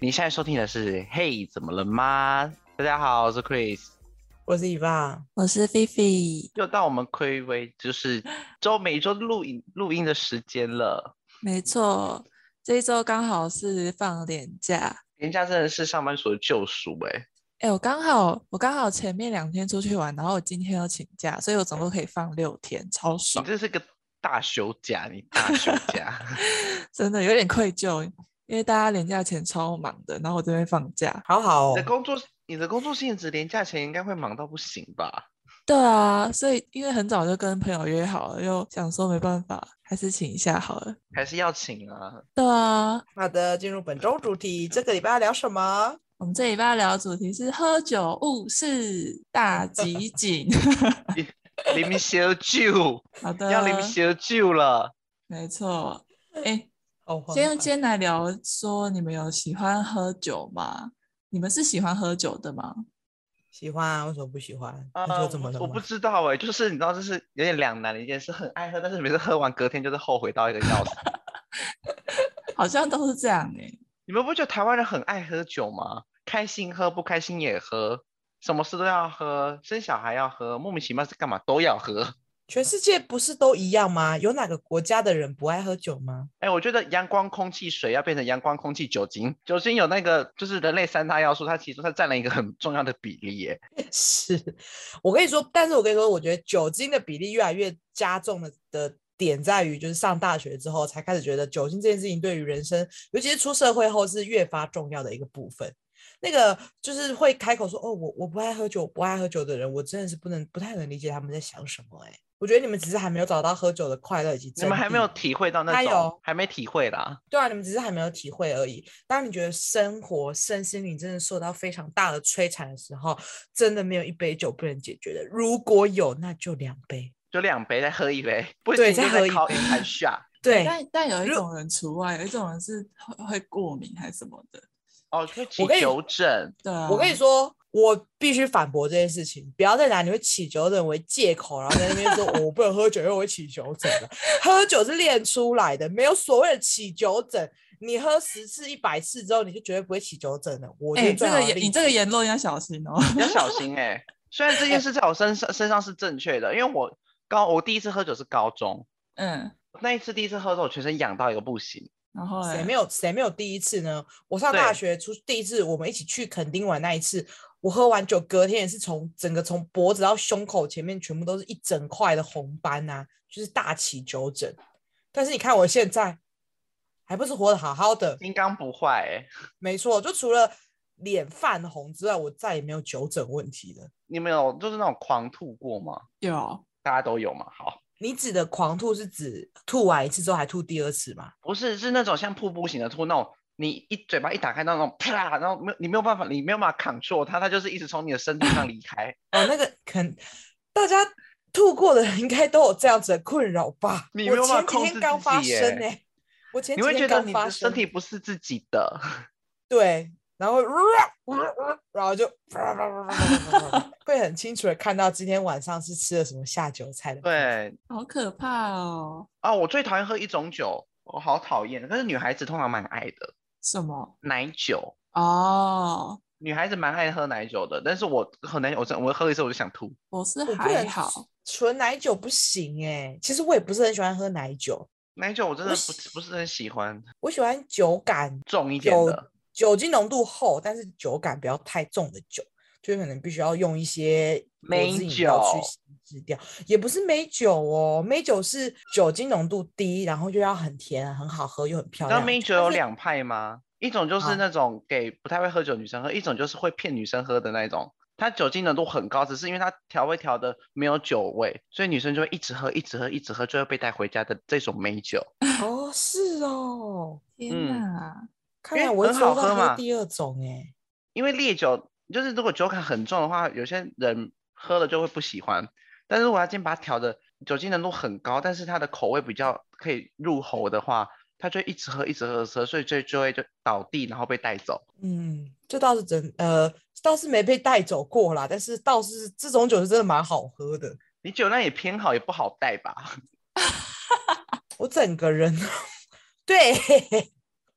你现在收听的是《嘿，怎么了吗》？大家好，我是 Chris，我是伊爸，我是菲菲，又到我们亏微就是周每周录影录音的时间了。没错，这一周刚好是放年假。年假真的是上班族的救赎哎、哎，我刚好我刚好前面两天出去玩，然后我今天要请假，所以我总共可以放六天，超你爽， 这是个大休假，你大休假。真的有点愧疚，因为大家年假前超忙的，然后我这边放假。好好、你的哦，工作你的工作性质，连假前应该会忙到不行吧？对啊，所以因为很早就跟朋友约好了，又想说没办法，还是请一下好了。还是要请啊？对啊，好的，进入本周主题，这个礼拜要聊什么？我们这礼拜要聊的主题是喝酒误事大集锦。 零小酒，好的，要零小酒了。没错。哎，哦，先用今天来聊说，你们有喜欢喝酒吗？你们是喜欢喝酒的吗？喜欢啊，为什么不喜欢？啊、那说怎么了我吗不知道哎、就是你知道，这是有点两难的一件事，很爱喝，但是每次喝完隔天就是后悔到一个要死。好像都是这样哎、你们不觉得台湾人很爱喝酒吗？开心喝，不开心也喝，什么事都要喝，生小孩要喝，莫名其妙是干嘛都要喝。全世界不是都一样吗？有哪个国家的人不爱喝酒吗？哎，我觉得阳光、空气、水要变成阳光、空气、酒精。酒精有那个就是人类三大要素，它其中它占了一个很重要的比例耶。 是我跟你说，但是我跟你说，我觉得酒精的比例越来越加重的的点在于，就是上大学之后才开始觉得酒精这件事情对于人生，尤其是出社会后是越发重要的一个部分。那个就是会开口说哦，我我不爱喝酒，我不爱喝酒的人，我真的是不能不太能理解他们在想什么、欸。哎，我觉得你们只是还没有找到喝酒的快乐以及你们真还没有谛体会到那还种有，还没体会啦。对啊，你们只是还没有体会而已。当你觉得生活、身心灵真的受到非常大的摧残的时候，真的没有一杯酒不能解决的。如果有，那就两杯。就两杯，再喝一杯，不对行就再再喝一烤一盘下。对，但但有一如种人除外，有一种人是会会过敏还是什么的。哦，会起跟你酒疹，对啊，我跟你说，我必须反驳这件事情，不要再拿你会起酒疹为借口，然后在那边说 我不能喝酒，因为我会起酒疹的。喝酒是练出来的，没有所谓的起酒疹。你喝十次、一百次之后，你就绝对不会起酒疹了。我觉哎、得这最好个的言例你这子个言论要小心哦。 你要小心哎、 虽然这件事在我身上身上是正确的，因为我高我第一次喝酒是高中，嗯，那一次第一次喝酒，我全身痒到一个不行。然后谁嘞没有谁没有第一次呢？我上大对学出第一次，我们一起去垦丁玩那一次，我喝完酒隔天也是从整个从脖子到胸口前面全部都是一整块的红斑呐、就是大起酒疹。但是你看我现在还不是活得好好的？金刚不坏哎、没错，就除了脸泛红之外，我再也没有酒疹问题了。你们有就是那种狂吐过吗？有大家都有吗？好，你指的狂吐是指吐完一次之后还吐第二次吗？不是是那种像瀑布型的吐，那种你一嘴巴一打开那种啪，然后没有你没有办法，你没有办法 control 它，它就是一直从你的身体上离开。 哦，那个肯大家吐过的人应该都有这样子的困扰吧？你我没有办法前控几制天刚自发己生耶呢、我前你几会觉天得刚你发的身生，体不是自己的，对，然后然后 就会很清楚的看到今天晚上是吃了什么下酒菜的。，对，好可怕哦。啊，我最讨厌喝一种酒，我好讨厌。但是女孩子通常蛮爱的，什么？奶酒，哦，女孩子蛮爱喝奶酒的。但是我喝奶酒，我真我喝一次我就想吐。我是我不还能好，纯奶酒不行哎、其实我也不是很喜欢喝奶酒，奶酒我真的我不喜不是很喜欢，我喜欢酒感重一点酒的。酒精浓度厚，但是酒感不要太重的酒，就是可能必须要用一些果美汁饮料去酒稀释掉，也不是美酒哦，美酒是酒精浓度低，然后又要很甜、很好喝又很漂你知道亮。美酒有两派吗？一种就是好那种给不太会喝酒的女生喝，一种就是会骗女生喝的那一种。它酒精浓度很高，只是因为它调味调的没有酒味，所以女生就会一直喝、一直喝、一直喝，就会被带回家的这种美酒。哦，是哦，天嗯哪！看因来为我很是说好喝要嘛喝第二种哎、因为烈酒就是如果酒感很重的话，有些人喝了就会不喜欢。但是如果他今天把它调的酒精浓度很高，但是它的口味比较可以入喉的话，他就一直喝，一直喝，一直喝，所以就就会就倒地，然后被带走。嗯，这倒是真，呃，倒是没被带走过啦，但是倒是这种酒是真的蛮好喝的。你酒量也偏好，也不好带吧？ 我整个人，对，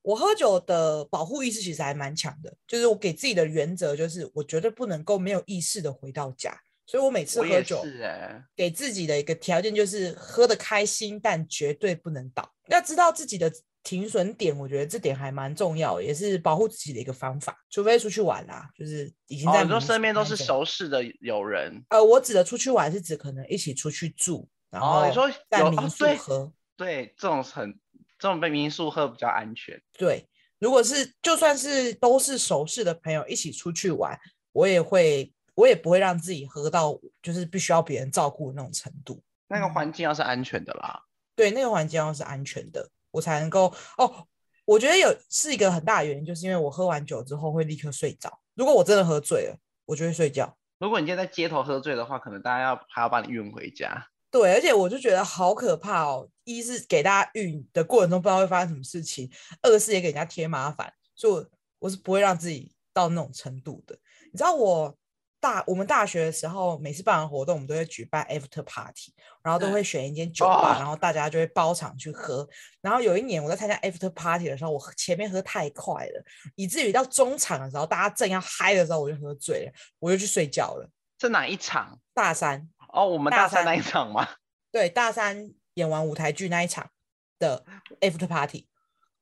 我喝酒的保护意识其实还蛮强的，就是我给自己的原则就是，我绝对不能够没有意识的回到家。所以我每次我喝也酒，是哎、给自己的一个条件就是喝的开心，但绝对不能倒。要知道自己的停损点，我觉得这点还蛮重要，也是保护自己的一个方法。除非出去玩啦、就是已经在哦，你说明身边都那是种。熟识的友人，呃，我指的出去玩是指可能一起出去住，然后哦，你说在有民哦，宿对喝。对，这种很这种被民宿喝比较安全，对，如果是就算是都是熟识的朋友一起出去玩，我也会，我也不会让自己喝到就是必须要别人照顾的那种程度。那个嗯环境要是安全的啦。对，那个环境要是安全的，我才能够哦。我觉得有是一个很大的原因，就是因为我喝完酒之后会立刻睡着。如果我真的喝醉了，我就会睡觉。如果你今天在街头喝醉的话，可能大家要还要把你运回家。对，而且我就觉得好可怕哦！一是给大家运的过程中不知道会发生什么事情，二是也给人家添麻烦，所以我我是不会让自己到那种程度的。你知道我大我们大学的时候，每次办完活动，我们都会举办 after party，然后都会选一间酒吧，然后大家就会包场去喝。然后有一年我在参加 after party 的时候，我喝前面喝太快了，以至于到中场的时候，大家正要嗨的时候，我就喝醉了，我就去睡觉了。这哪一场？大三。哦，我们大大三那三一场吗？ 对，大三演完舞台剧那一场的 after party。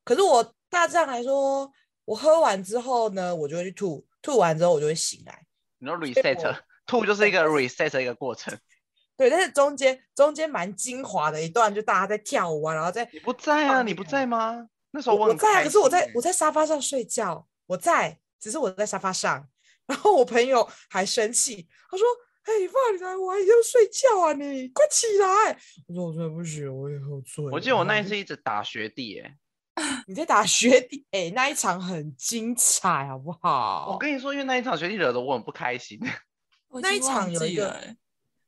可是我大致上来说，我喝完之后呢，我就会去吐，吐完之后我就会醒来。你说我 reset，吐 就是一个 reset 的一个过程。对，但是中间中间蛮精华的一段，就大家在跳舞啊，然后在你不在啊？放你不假在吗？那时我候我很在啊，开可是我心在欸我在沙发上睡觉，我在，只是我在沙发上。然后我朋友还生气，他说：“哎，爸，你来玩，你要睡觉啊你，快起来！”我说：“我真的不行，我也喝醉了。”我记得我然那后就一次一直打学弟、欸，你在打学弟，哎、那一场很精彩，好不好？我跟你说，因为那一场学弟惹得我很不开心。我已那一经忘场有记一个了欸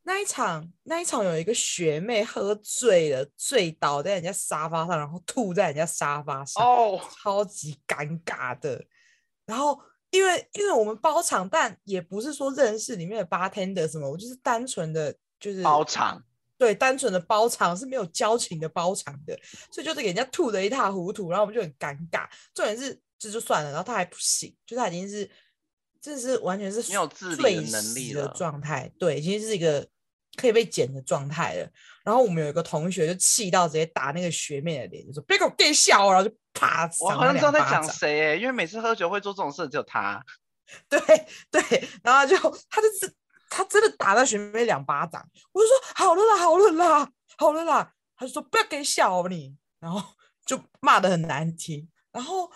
那一场，那一场有一个学妹喝醉了，醉倒在人家沙发上，然后吐在人家沙发上，哦，超级尴尬的。然后因为因为我们包场，但也不是说认识里面的 bartender 什么，我就是单纯的就是包场，对，单纯的包场是没有交情的包场的，所以就是给人家吐得一塌糊涂，然后我们就很尴尬。重点是这就算了，然后他还不醒，就是他已经是，这是完全是没有自理的醉能力死了的状态，对，已经是一个可以被剪的状态了。然后我们有一个同学就气到直接打那个学妹的脸，就说别给我变笑哦，然后就啪，我赏好她像知道两在巴讲掌谁、欸，因为每次喝酒会做这种事的只有他。对对，然后就他就是他真的打到学妹两巴掌，我就说好了啦，好了啦，好了啦，他就说不要给笑哦你，然后就骂的很难听，然后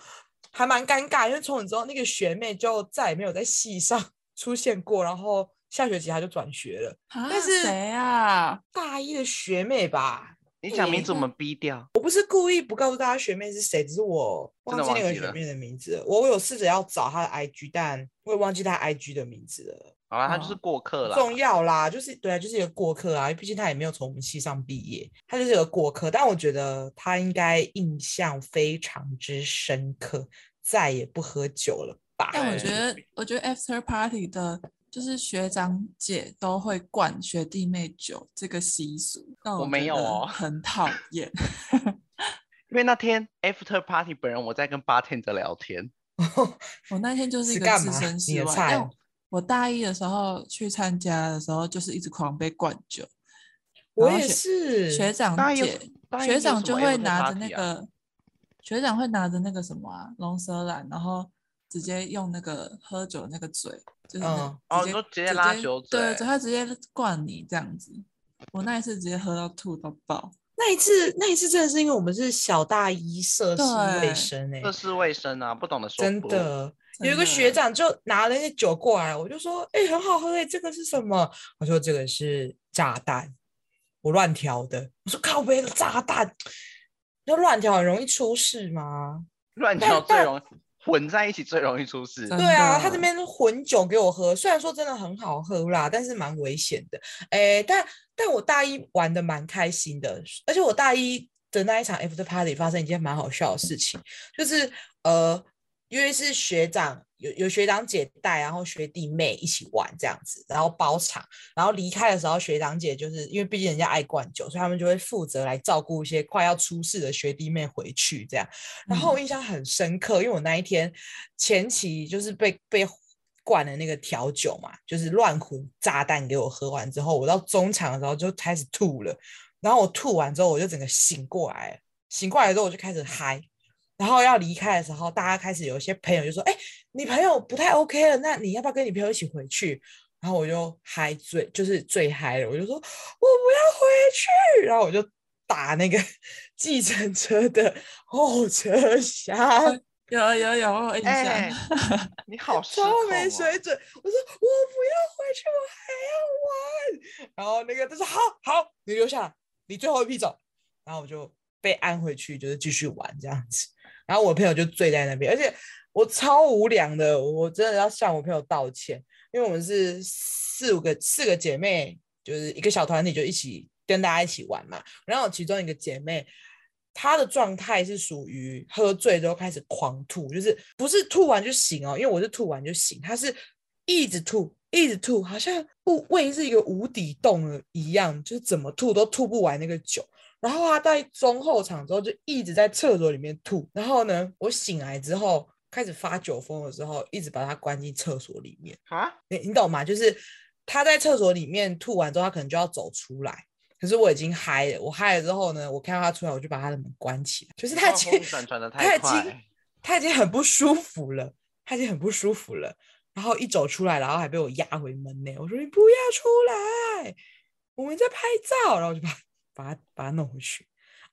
还蛮尴尬，因为从此之后那个学妹就再也没有在戏上 出现过，然后下学期她就转学了，啊，但是谁啊？大一的学妹吧。你讲名对字 我们逼掉，我不是故意不告诉大家学妹是谁，只是我真的忘记那忘个记学了妹的名字了。我我有试着要找她的 IG，但我也忘记她 IG 的名字了。好啦，他就是哦过客啦。重要啦，就是对啊，就是一个过客啊，毕竟他也没有从我们系上毕业，他就是个过客。但我觉得他应该印象非常之深刻，再也不喝酒了吧？但哎我对觉得，我觉得 after party 的，就是学长姐都会灌学弟妹酒这个习俗，让我没觉有得哦很讨厌。 因为那天 after party 本人我在跟 bartender 聊天，我那天就是是一个干置嘛身你事的外。菜但我我大一的时候去参加的时候，就是一直狂被灌酒。我然后也学是，学长大一有姐大，一有学什长就么会 after 拿着那 party 啊个，学长会拿着那个什么啊，龙舌兰，然后直接用那个喝酒的那个嘴，就是那嗯哦你直接说直接拉酒对，嘴他直接灌你这样子。我那一次直接喝到吐到爆，那一次，那一次真的是因为我们是小大一涉世未对深哎、涉世未深啊，不懂得说真不的。有一真个学的长就拿了那酒过来，我就说：“哎、很好喝哎、这个是什么？”他说：“这个是炸弹，我乱调的。”我说：“靠背的炸弹，要乱调很容易出事吗 乱但跳最但容易混在一起最容易出事。真？”对啊，他这的边混酒给我喝，虽然说真的很好喝啦，但是蛮危险的。哎、但但我大一玩的蛮开心的，而且我大一的那一场 after party 发生一件蛮好笑的事情，就是呃。因为是学长有有学长姐带，然后学弟妹一起玩这样子，然后包场，然后离开的时候学长姐就是因为毕竟人家爱灌酒，所以他们就会负责来照顾一些快要出事的学弟妹回去这样。然后我印象很深刻，因为我那一天前期就是被被灌的那个调酒嘛，就是乱混炸弹给我喝完之后，我到中场的时候就开始吐了，然后我吐完之后我就整个醒过来了，醒过来之后我就开始嗨。然后要离开的时候，大家开始有一些朋友就说：“哎、你朋友不太 OK 了，那你要不要跟你朋友一起回去？”然后我就嗨醉，就是醉嗨了，我就说：“我不要回去。”然后我就打那个 计程车的后车厢，有有有，我有印 象。哎、你好失超控、哦，没水准！我说我不要回去，我还要玩。然后那个他说：“好好，你留下来，你最后一批走。”然后我就被按回去，就是继续玩这样子。然后我朋友就醉在那边，而且我超无良的，我真的要向我朋友道歉，因为我们是四五个四个姐妹，就是一个小团体，就一起跟大家一起玩嘛。然后其中一个姐妹，她的状态是属于喝醉之后开始狂吐，就是不是吐完就醒哦，因为我是吐完就醒，她是一直吐。一直吐，好像不胃是一个无底洞了一样，就是怎么吐都吐不完那个酒。然后他在中后场之后就一直在厕所里面吐，然后呢，我醒来之后开始发酒疯了之后，一直把他关进厕所里面，啊！你你懂吗？就是他在厕所里面吐完之后，他可能就要走出来，可是我已经嗨了，我嗨了之后呢，我看到他出来，我就把他的门关起来，就是他已经风转转的他太已经快，他已经很不舒服了，他已经很不舒服了。然后一走出来，然后还被我压回门内。我说你不要出来，我们在拍照。然后我就把把他把他弄回去。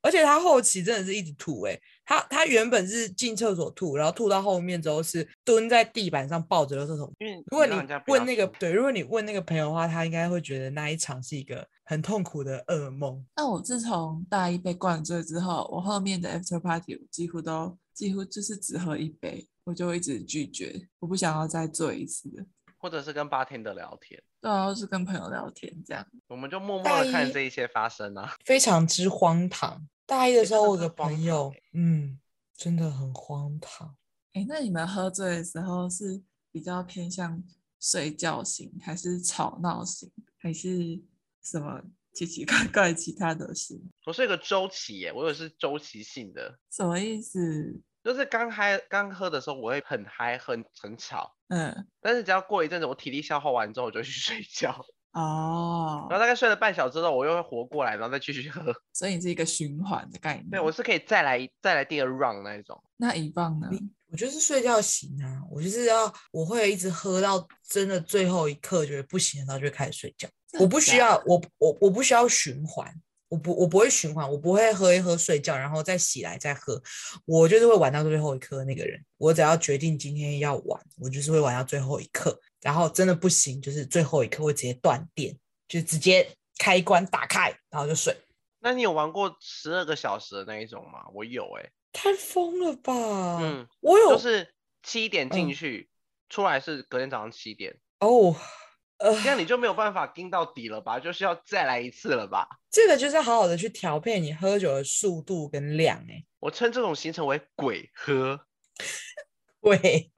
而且他后期真的是一直吐、欸，他他原本是进厕所吐，然后吐到后面之后是蹲在地板上抱着垃圾桶。因为如果你让人家不要问那个出对，如果你问那个朋友的话，他应该会觉得那一场是一个很痛苦的噩梦。那我自从大一被灌醉之后，我后面的 after party 我几乎都几乎就是只喝一杯，我就一直拒绝，我不想要再醉一次的。或者是跟八天的聊天，对啊，就是跟朋友聊天这样。我们就默默的大看一这一切发生啊。非常之荒唐。大一的欸时真候，的我很有个荒朋唐友欸，嗯，真的很荒唐。哎，那你们喝醉的时候是比较偏向睡觉型，还是吵闹型，还是什么奇奇怪怪其他的型？我是一个周期耶，我也是周期性的，什么意思？就是刚嗨刚喝的时候我会很嗨很很吵，嗯，但是只要过一阵子我体力消耗完之后我就去睡觉，哦然，后大概睡了半小时之后我又会活过来，然后再继续喝。所以你是一个循环的概念。对，我是可以再来一再来第二 round 那一种。那一棒呢？我就是睡觉型啊，我就是要，我会一直喝到真的最后一刻觉得不行，然后就开始睡觉。我不需啊要。要，我我我不需要循环，我不我不会循环，我不会喝一喝睡觉，然后再起来再喝，我就是会玩到最后一刻的那个人。我只要决定今天要玩，我就是会玩到最后一刻，然后真的不行，就是最后一刻会直接断电，就直接开关打开，然后就睡。那你有玩过十二个小时的那一种吗？我有哎、太疯了吧！嗯，我有、就是七点进嗯去，出来是隔天早上七点，哦，呃，这样你就没有办法盯到底了吧？就是要再来一次了吧？这个就是好好的去调配你喝酒的速度跟量、欸， 哎，我称这种行程为鬼喝，对。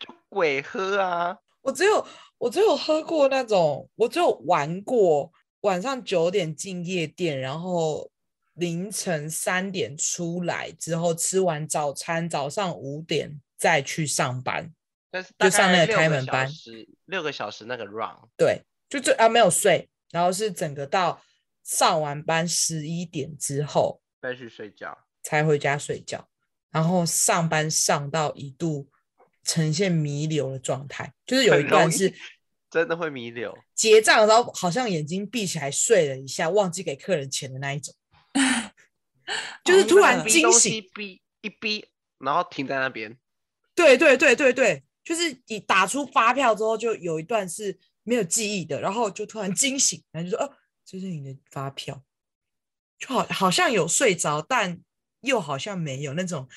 就鬼喝啊！我只有我只有喝过那种，我只有玩过晚上九点进夜店，然后凌晨三点出来之后吃完早餐，早上五点再去上班。但是大就上概那个六开个门小班时，六个小时那个 round，对，就这啊没有睡，然后是整个到上完班十一点之后再去睡觉。才回家睡觉，然后上班上到一度呈现弥留的状态，就是 有很一段容是易真的会弥留，结账的时候好像眼睛闭起来睡了一下，忘记给客人钱的 那一种，就是突然哦逼惊东西醒。逼一逼，然后停在那边，对对对对对，就是你打出发票之后，就有一段是没有记忆的，然后就突然惊醒，然后就说：“哦、这是你的发票。”就好好像有睡着，但又好像没有那种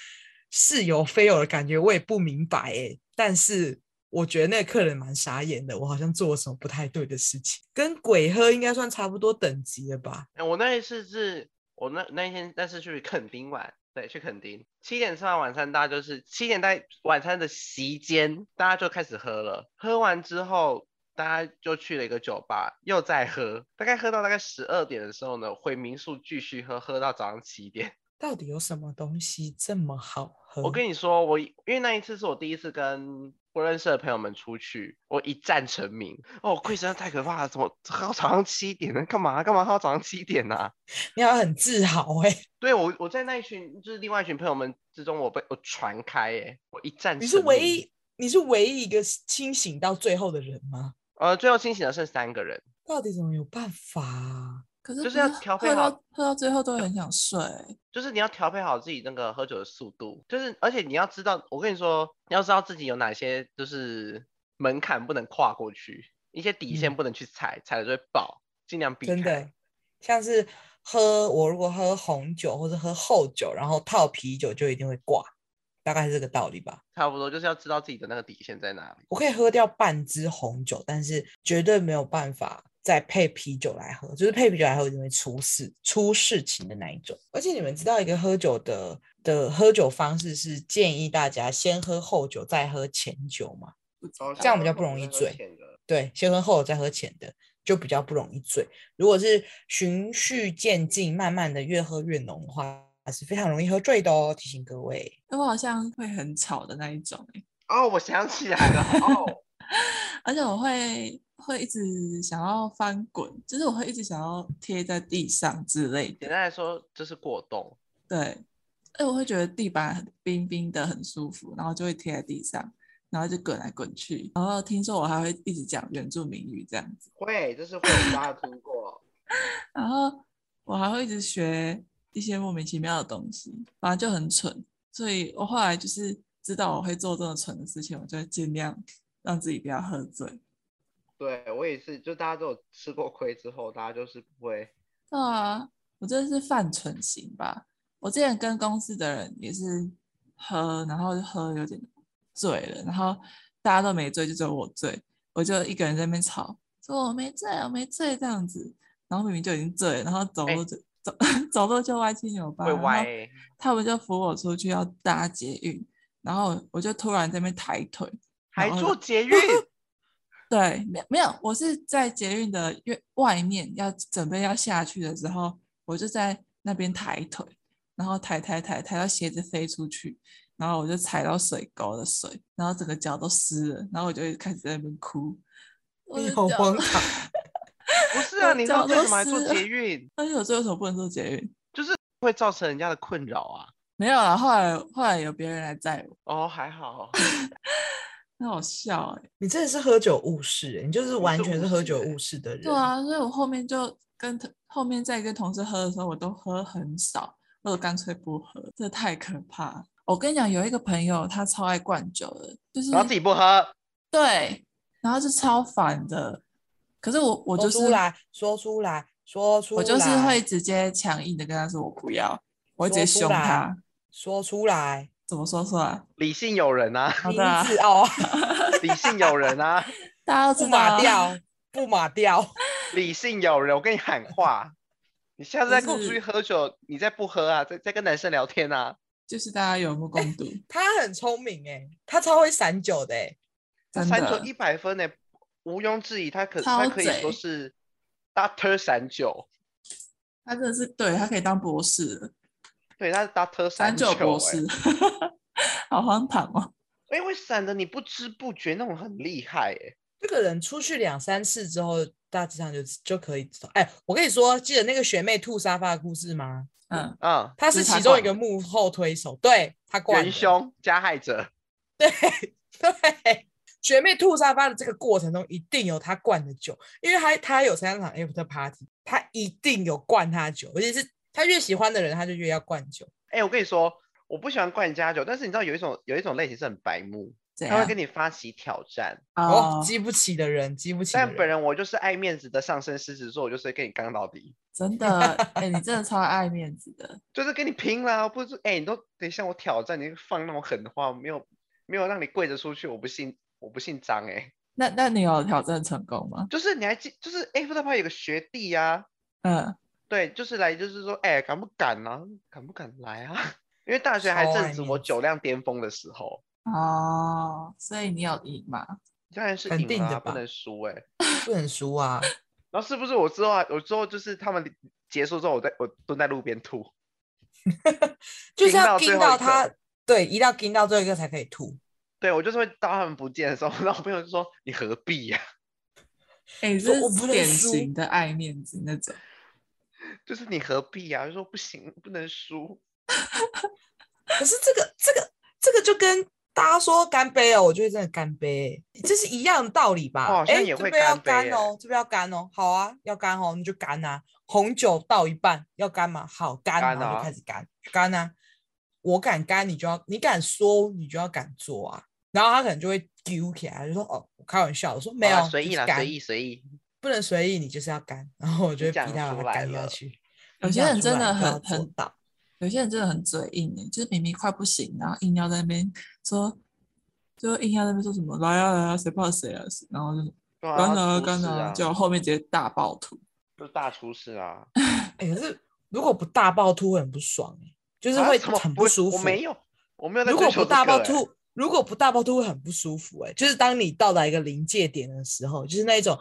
似有非有的感觉，我也不明白哎、但是我觉得那个客人蛮傻眼的，我好像做了什么不太对的事情，跟鬼喝应该算差不多等级了吧？哎，我那一次是我那那一天那次去垦丁玩，对，去垦丁，七点吃完晚餐，大家就是七点在晚餐的席间，大家就开始喝了。喝完之后，大家就去了一个酒吧，又再喝，大概喝到大概十二点的时候呢，回民宿继续喝，喝到早上七点。到底有什么东西这么好喝？我跟你说，我因为那一次是我第一次跟不认识的朋友们出去，我一战成名。哦，贵真的太可怕了，怎么喝到早上七点呢？干嘛干嘛喝到早上七点呢、你要很自豪哎、对我，我在那一群就是另外一群朋友们之中，我被我传开哎，我一战你是成唯名一，你是唯一一个清醒到最后的人吗？呃，最后清醒的剩三个人，到底怎么有办法、啊？可是就不是要调配喝好到喝到最后都会很想睡，就是你要调配好自己那个喝酒的速度，就是而且你要知道，我跟你说，你要知道自己有哪些就是门槛不能跨过去，一些底线嗯不能去踩，踩了就会爆，尽量避开。真的，像是喝我如果喝红酒或者喝厚酒，然后套啤酒就一定会挂，大概是这个道理吧。差不多就是要知道自己的那个底线在哪里。我可以喝掉半支红酒，但是绝对没有办法再配啤酒来喝，就是配啤酒来喝一定会出事、出事情的那一种。而且你们知道一个喝酒的的喝酒方式是建议大家先喝后酒再喝前酒嘛？哦这样比较不容易醉。对，先喝后酒再喝前的，就比较不容易醉。如果是循序渐进，慢慢的越喝越浓的话，是非常容易喝醉的哦。提醒各位，因为我好像会很吵的那一种欸、哦，我想起来了，哦，而且我会会一直想要翻滚，就是我会一直想要贴在地上之 类简的。单来说就是过动。对，哎，我会觉得地板很冰冰的，很舒服，然后就会贴在地上，然后就滚来滚去。然后听说我还会一直讲原住民语这样子， 会，这是会，大家听过。然后我还会一直学一些莫名其妙的东西，反正就很蠢。所以我后来就是知道我会做这种蠢的事情，我就会尽量让自己不要喝醉。对我也是，就大家都有吃过亏之后，大家就是不会。对啊，我真的是犯蠢型吧。我之前跟公司的人也是喝，然后就喝有点醉了，然后大家都没醉，就只有我醉，我就一个人在那边吵，说我没醉，我没醉这样子，然后明明就已经醉了，然后走哎路就、走 走路就歪七扭八，会然后歪欸，他们就扶我出去要搭捷运，然后我就突然在那边抬腿，还然后做捷运，对，没没有，我是在捷运的越外面要准备要下去的时候，我就在那边抬腿，然后抬抬抬抬到鞋子飞出去，然后我就踩到水沟的水，然后整个脚都湿了，然后我就开始在那边哭。我你的好脚荒 唐！不是 啊？我你脚到底都为什么还做湿了捷运？但是我最后为什么不能做捷运？会造成人家的困扰啊。没有啦，后来后来有别人来载我，哦，还好，很好笑哎、你真的是喝酒误事欸，你就是完是全误是喝事酒欸误事的人。对，啊，所以我后面就跟同后面再跟同事喝的时候，我都喝很少，或者干脆不喝，这太可怕了。我跟你讲，有一个朋友他超爱灌酒的，就是然后自己不喝，对，然后就超烦的。可是我我就说出是来，说出来，说出来，我就是会直接强硬的跟他说我不要，我会直接说凶出来他，说出来，怎么说出来？理性有人啊， 好名的啊，字 哦，理性有人啊，大家都不知道马啊。掉，不马掉。 理性有人，我 跟你喊话，你下次就再跟我出是去喝酒，你再不喝啊，再再跟男生聊天啊，就是大家有目共 睹，他很聪明哎，他超会散酒的哎，他真三九的一百分呢、欸毋庸置疑，他可他超可以说贼是 Doctor 闪九，他真的是对他可以当博士了，对，他是 Doctor 三九九博欸士， 好荒唐哦。因为闪的你不知不觉那种很厉害哎、这个人出去两三次之后，大致上就就可以知道。哎，我跟你说，记得那个学妹吐沙发的故事吗？嗯，啊、他就是是他其中一灌个的幕后推手，对他灌元的凶加害者，对，学妹吐沙发的这个过程中，一定有她灌的酒，因为她她有参加场 after party，她一定有灌她酒，而且是她越喜欢的人，她就越要灌酒。哎、我跟你说，我不喜欢灌人家酒，但是你知道有一种有一种类型是很白目，怎他会样？跟你发起挑战。哦哦，，激不起的人，激不起的但本人。人我就是爱面子的上升狮子座，我就是会跟你刚到底，真的，哎、你真的超爱面子的，就是跟你拼啦！不是，哎、你都得向我挑战，你放那种狠话，没有没有让你跪着出去，我不信，我不信张哎、那那你有挑战成功吗？就是你还记，就是哎 F 大炮有个学弟呀、啊，嗯，对，就是来就是说，哎、敢不敢啊？敢不敢来啊？因因为大学还超爱正值面我子酒量巅峰的时候，哦，所以你有赢吗？当然是肯赢定了的啊、不吧能输哎、不能输 啊！然后是不是我之后还啊我之后就是他们结束之后，我在我蹲在路边吐，就是盯要到盯最后到一个他，对，一定要盯到最后一个才可以吐。对我就是会到他们不见的时候，然后 我朋友就说你何必啊呀、哎、说这我是不能典输型的爱面子那种。就是你何必呀、就说不行，不能输。可是这个这个这个就跟大家说干杯哦，我觉得真的干杯，这是一样的道理吧？我哦好像诶也这会边要干杯干耶哦，这边要干哦，好啊，要干哦，你就干啊。红酒倒一半要干嘛？好干，干然后就啊开始干干啊。我敢干，你就要你敢说，你就要敢做啊。然后他可能就会丢起来，就说哦，我开玩笑，我说没好啦有，啊哦随就意是啦，干随意随意。不能随意，你就是要干。然后我就会逼讲他把出它来干下了去。有你些讲人出真来的你就要很做很到，有些人真的很嘴硬欸就是明明快不行，然后硬要在那边说，就硬要在那边说什么来啊来啊，谁怕谁啊，然后就对啊然干后啊出干事啊，啊，就后面直接大暴吐。就大出事啊，哎、可是如果不大爆吐会很不爽、欸，就是啊会什么很我舒服。我没有，我没有在如追果求不这大个爆欸吐，如果不大爆吐会很不舒服、欸。哎，就是当你到达一个临界点的时候，就是那一种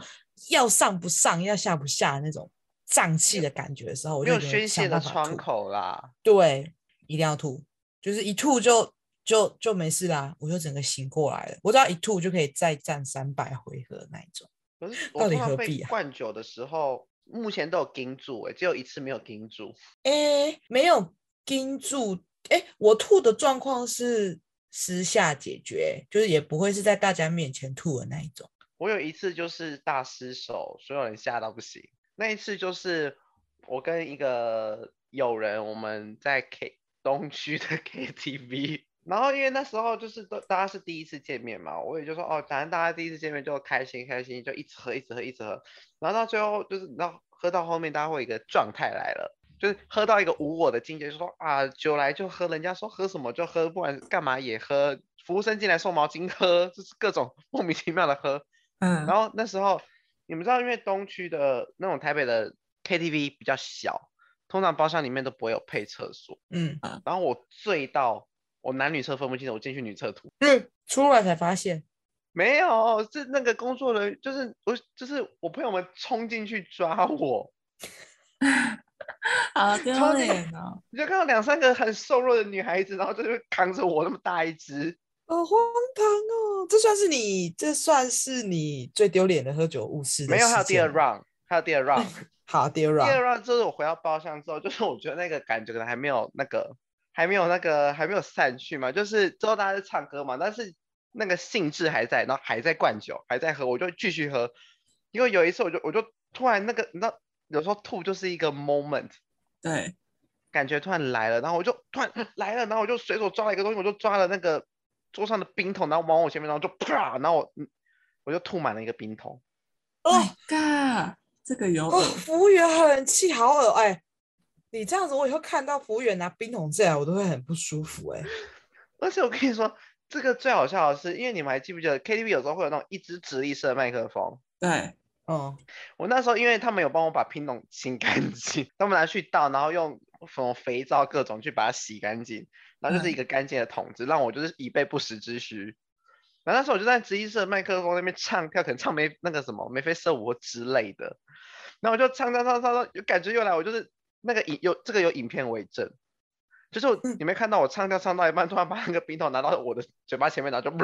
要上不上，要下不下的那种胀气的感觉的时候，我没就有觉得宣泄想的办法窗吐。口啦。对，一定要吐，就是一吐就就就没事啦，我就整个醒过来了。我只要一吐就可以再战三百回合那一种。可是到我底通常何被必啊灌酒的时候，目前都有盯住、欸，只有一次没有盯住。诶，没有盯住。诶，我吐的状况是私下解决，就是也不会是在大家面前吐的那一种。我有一次就是大失手，所有人吓到不行。那一次就是我跟一个友人，我们在 K 东区的 KTV，然后因为那时候就是都大家是第一次见面嘛，我也就说哦，反正大家第一次见面就开心开心，就一直喝一直喝一直喝，然后到最后就是你知道喝到后面大家会有一个状态来了。就是喝到一个无我的境界，就说啊，酒来就喝，人家说喝什么就喝，不管干嘛也喝。服务生进来送毛巾喝，就是各种莫名其妙的喝。嗯，然后那时候你们知道，因为东区的那种台北的 KTV 比较小，通常包厢里面都不会有配厕所。嗯，然后我醉到我男女厕分不清楚，我进去女厕吐。嗯，出来才发现，没有，是那个工作人员，就是我，就是我朋友们冲进去抓我，好丢超级脸哦！你就看到两三个很瘦弱的女孩子，然后就是扛着我那么大一只，好荒唐哦！这算是你，这算是你最丢脸的喝酒误事的没有，还有事第件二吗 round，还有第二 round，好，第二第 round，二 round 就是我回到包厢之后， 就是我觉得那个感觉可能还没有那个，还没有那个，还没有散去嘛。就是之后大家在唱歌嘛，但是那个兴致还在，然后还在灌酒，还在喝，我就继续喝。因为有一次我就我就突然那个，你知道，有时候吐就是一个 moment，对，感觉突然来了，然后我就突然嗯来了，然后我就随手抓了一个东西，我就抓了那个桌上的冰桶，然后往我前面，然后就啪，然后我嗯我就吐满了一个冰桶。哦 My God，这个有哦，耳服务员很气，好恶哎、你这样子，我以后看到服务员拿冰桶进来，我都会很不舒服哎、而且我跟你说，这个最好笑的是，因为你们还记不记得 KTV 有时候会有那种一支直立式的麦克风？对，哦、我那时候因为他们有帮我把冰桶清干净， 他们拿去倒，然后用什么肥皂各种去把它洗干净，然后就是一个干净的桶子，让我就是以备不时之需。然后那时候我就在直一社麦克风那边唱跳，可能唱梅那个什么眉飞色舞之类的，然后我就唱唱唱唱唱，有感觉又来，我就是那个影有这个有影片为证，就是我嗯你没看到我唱跳唱到一半，突然把那个冰桶拿到我的嘴巴前面，然后就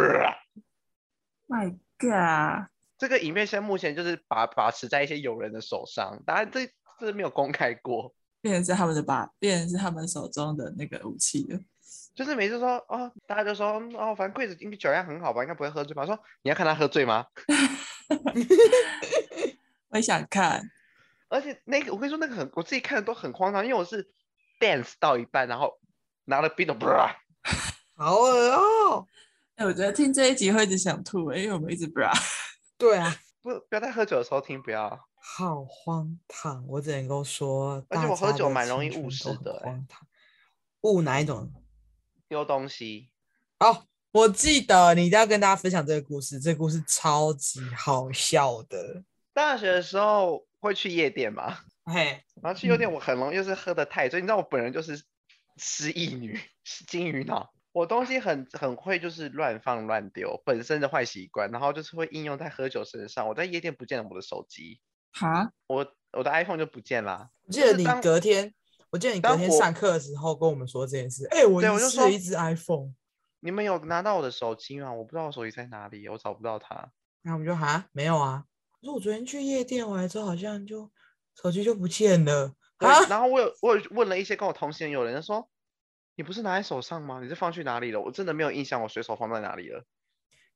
My God，这个影片现在目前就是把把持在一些友人的手上，当然这这没有公开过，变成是他们的把，变成是他们手中的那个武器了。就是每次说哦，大家就说嗯哦，反正柜子应该酒量很好吧，应该不会喝醉吧？说你要看他喝醉吗？我也想看，而且那个我跟你说那个很我自己看的都很荒唐，因为我是 dance 到一半，然后拿了冰的，好恶哦、哎、我觉得听这一集会一直想吐、欸，因为我们一直 bra。对啊，不不要在喝酒的时候听，不要。好荒唐！我只能够说，而且大我喝家酒的蛮容易青误春事都很的欸荒唐，误哪一种？丢东西，哦，我记得你一定要跟大家分享这个故事，这个故事超级好笑的。大学的时候会去夜店嘛，嘿，嗯然后去夜店我很容易就是喝的太醉，你知道我本人就是失忆女、金鱼脑。我东西很很会，就是乱放乱丢，本身的坏习惯，然后就是会应用在喝酒身上。我在夜店不见了我的手机，哈，我我的 iPhone 就不见啦。我记得就是你当隔天，我记得你隔当天我上课的时候跟我们说这件事。哎、我对我就遗失说了一只 iPhone，你们有拿到我的手机吗？我不知道我手机在哪里，我找不到它。然后我们就哈没有啊。我说我昨天去夜店玩之后，好像就手机就不见了对啊。然后我有我有问了一些跟我同行的友人，他说你不是拿在手上吗？你是放去哪里了？我真的没有印象，我随手放在哪里了，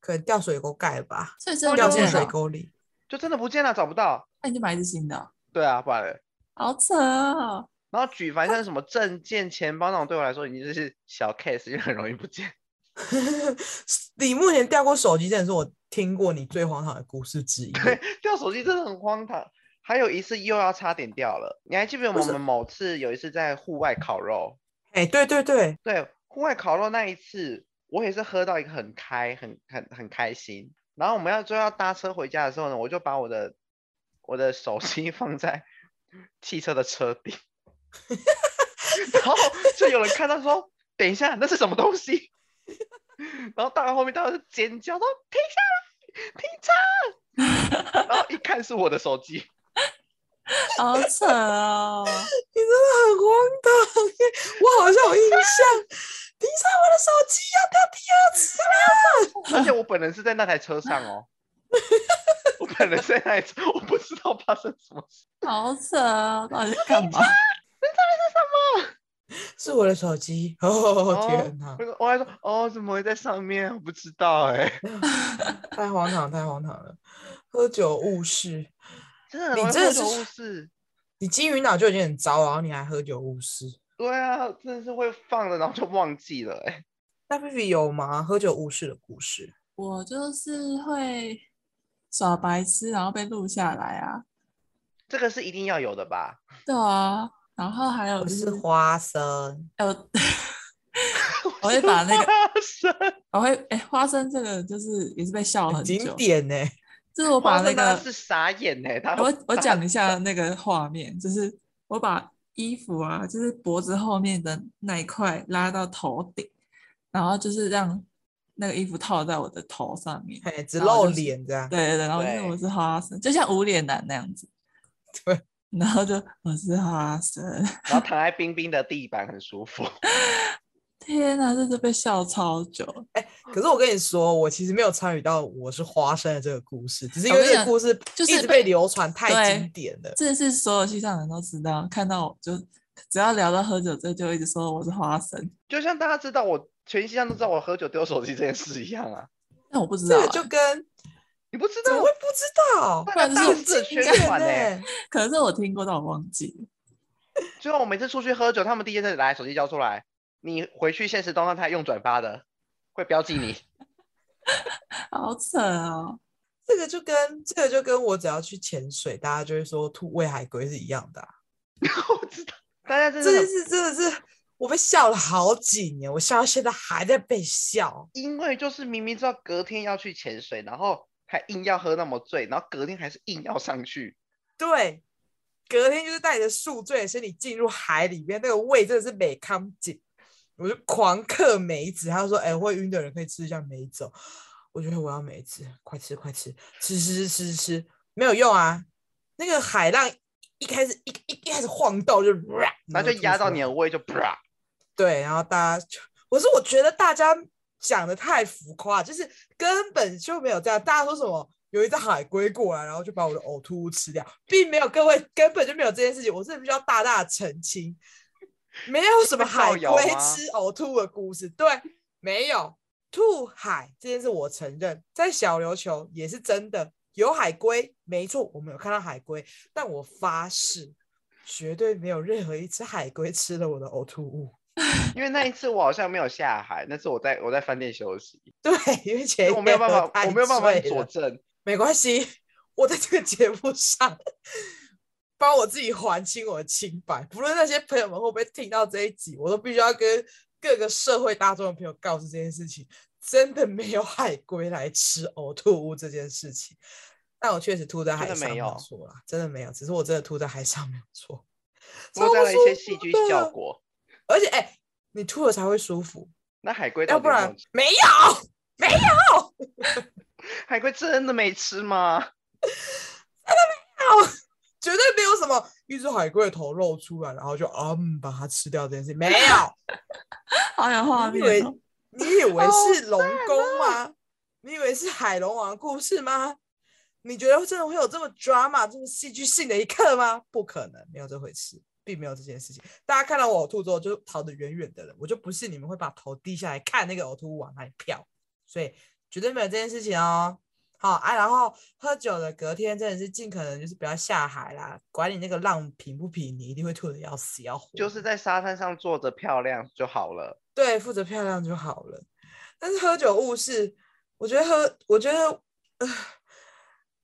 可能掉水沟盖了吧，所以真的掉不进见水了，沟里。就真的不见了，找不到。那你就买一只新的哦，对啊，不然嘞。好扯哦。然后举凡像是什么证件、钱包那种，对我来说已经就是小 case，因为很容易不见。 你目前掉过手机，真的是我听过你最荒唐的故事之一。掉手机真的很荒唐。还有一次又要差点掉了，你还记不记得为我什们某次有一次在户外烤肉？哎、对对对，对，户外烤肉那一次，我也是喝到一个很开，很很很开心。然后我们要就要搭车回家的时候呢，我就把我的我的手机 放在汽车的车顶，然后就有人看到说：“等一下，那是什么东西？”然后大家后面大家就尖叫说：“停下来，停车！”然后一看是我的手机，好扯哦！你真的很荒唐耶！我好像有印象，平常我的手机要掉第二次了。而且我本人是在那台车上哦。 我本人在那台车，我不知道发生什么事。好扯哦！到底在干嘛？是我的手机。哦哦天哪我，说我还说哦，怎么会在上面？我不知道哎、 太荒唐，太荒唐了！喝酒误事，真的，你我真的会是误事。你金鱼脑就已经很糟了，然后你还喝酒误事。对啊，真的是会放了，然后就忘记了哎、那 v i v i 有吗？喝酒误事的故事？我就是会耍白痴，然后被录下来啊。这个是一定要有的吧？对啊，然后还有我就是是，花生，哎我我会把那 个，花生，我会哎、花生这个就是也是被笑哦很很久经，典呢、就是我把花那生大个家是傻眼哎、他我我讲一下那个画面，就是我把衣服啊，就是脖子后面的那一块拉到头顶，然后就是让那个衣服套在我的头上面。嘿，哎只然露后哦就是脸这样。对对对，然后就是对我是花生，就像无脸男那样子。 对，然后就我是花生，然后躺在冰冰的地板很舒服。 天哪，这是被笑超久。可是我跟你说，我其实没有参与到我是花生的这个故事，只是因我为跟这你个讲故事就是一直被被流传太经对典了。这是所有西藏人都知道，看到我就只要聊到喝酒，这就一直说我是花生，就像大家知道我全西藏都知道我喝酒丢手机这件事一样啊，但我不知这道、个欸。就跟你不知怎道么会不知道？欸大不然家就是大肆宣经典传哎、呢可是我听过，但我忘记了。最后我每次出去喝酒，他们第一件事来手机交出来，你回去现实动态他用转发的，会标记你。 好扯哦！这个就跟这个就跟我只要去潜水，大家就会说吐喂海龟是一样的啊、我知道，大家真这的件很事真的是我被笑了好几年，我笑到现在还在被笑。因为就是明明知道隔天要去潜水，然后还硬要喝那么醉，然后隔天还是硬要上去，对，隔天就是带着宿醉的身体进入海里面，那个胃真的是没康紧，我就狂嗑梅子。他就说：“哎、会晕的人可以吃一下梅子、哦。”我觉得我要梅子，快吃快吃，吃吃吃吃吃，没有用啊！那个海浪一开始一一一开始晃动就，然后就压到你了。的胃就啪，对，然后大家就，我是我觉得大家讲的太浮夸，就是根本就没有这样。大家说什么有一只海龟过来，然后就把我的呕吐物吃掉，并没有，各位根本就没有这件事情，我真的必须要大大地澄清，没有什么会海造谣龟吗吃呕吐的故事，对，没有吐海这件事我承认，在小琉球也是真的有海龟，没错，我们有看到海龟，但我发誓。绝对没有任何一只海龟吃了我的呕吐物。因为那一次我好像没有下海，那次我在我在饭店休息， 对，因为前因一为我没有天办 喝法，我太没有办法醉佐了证。没关系，我在这个节目上帮我自己还清我的清白。不论那些朋友们会不会听到这一集，我都必须要跟各个社会大众的朋友告诉这件事情，真的没有海龟来吃呕吐物这件事情。但我确实吐在海真的上，没有错啦，真的没有，只是我真的吐在海上没有错。多超加了一舒些服戏剧的效果，而且哎、你吐了才会舒服，那海龟到要底不有没有然没有。海龟真的没吃吗？绝对没有什么一只海龟的头露出来，然后就嗯把它吃掉这件事情，没有。好有画你以面为哦。你以为好哦是龙宫吗？你以为是海龙王的故事吗？你觉得真的会有这么 drama、这么戏剧性的一刻吗？不可能，没有这回事，并没有这件事情。大家看到我呕吐之后，就逃得远远的了。我就不信你们会把头低下来看那个呕吐物往哪里飘，所以绝对没有这件事情哦。好啊，然后喝酒的隔天真的是尽可能就是不要下海啦，管你那个浪平不平，你一定会吐的要死要活。就是在沙滩上坐着漂亮就好了。对，负责漂亮就好了。但是喝酒误事，我觉得喝，我觉得，呃，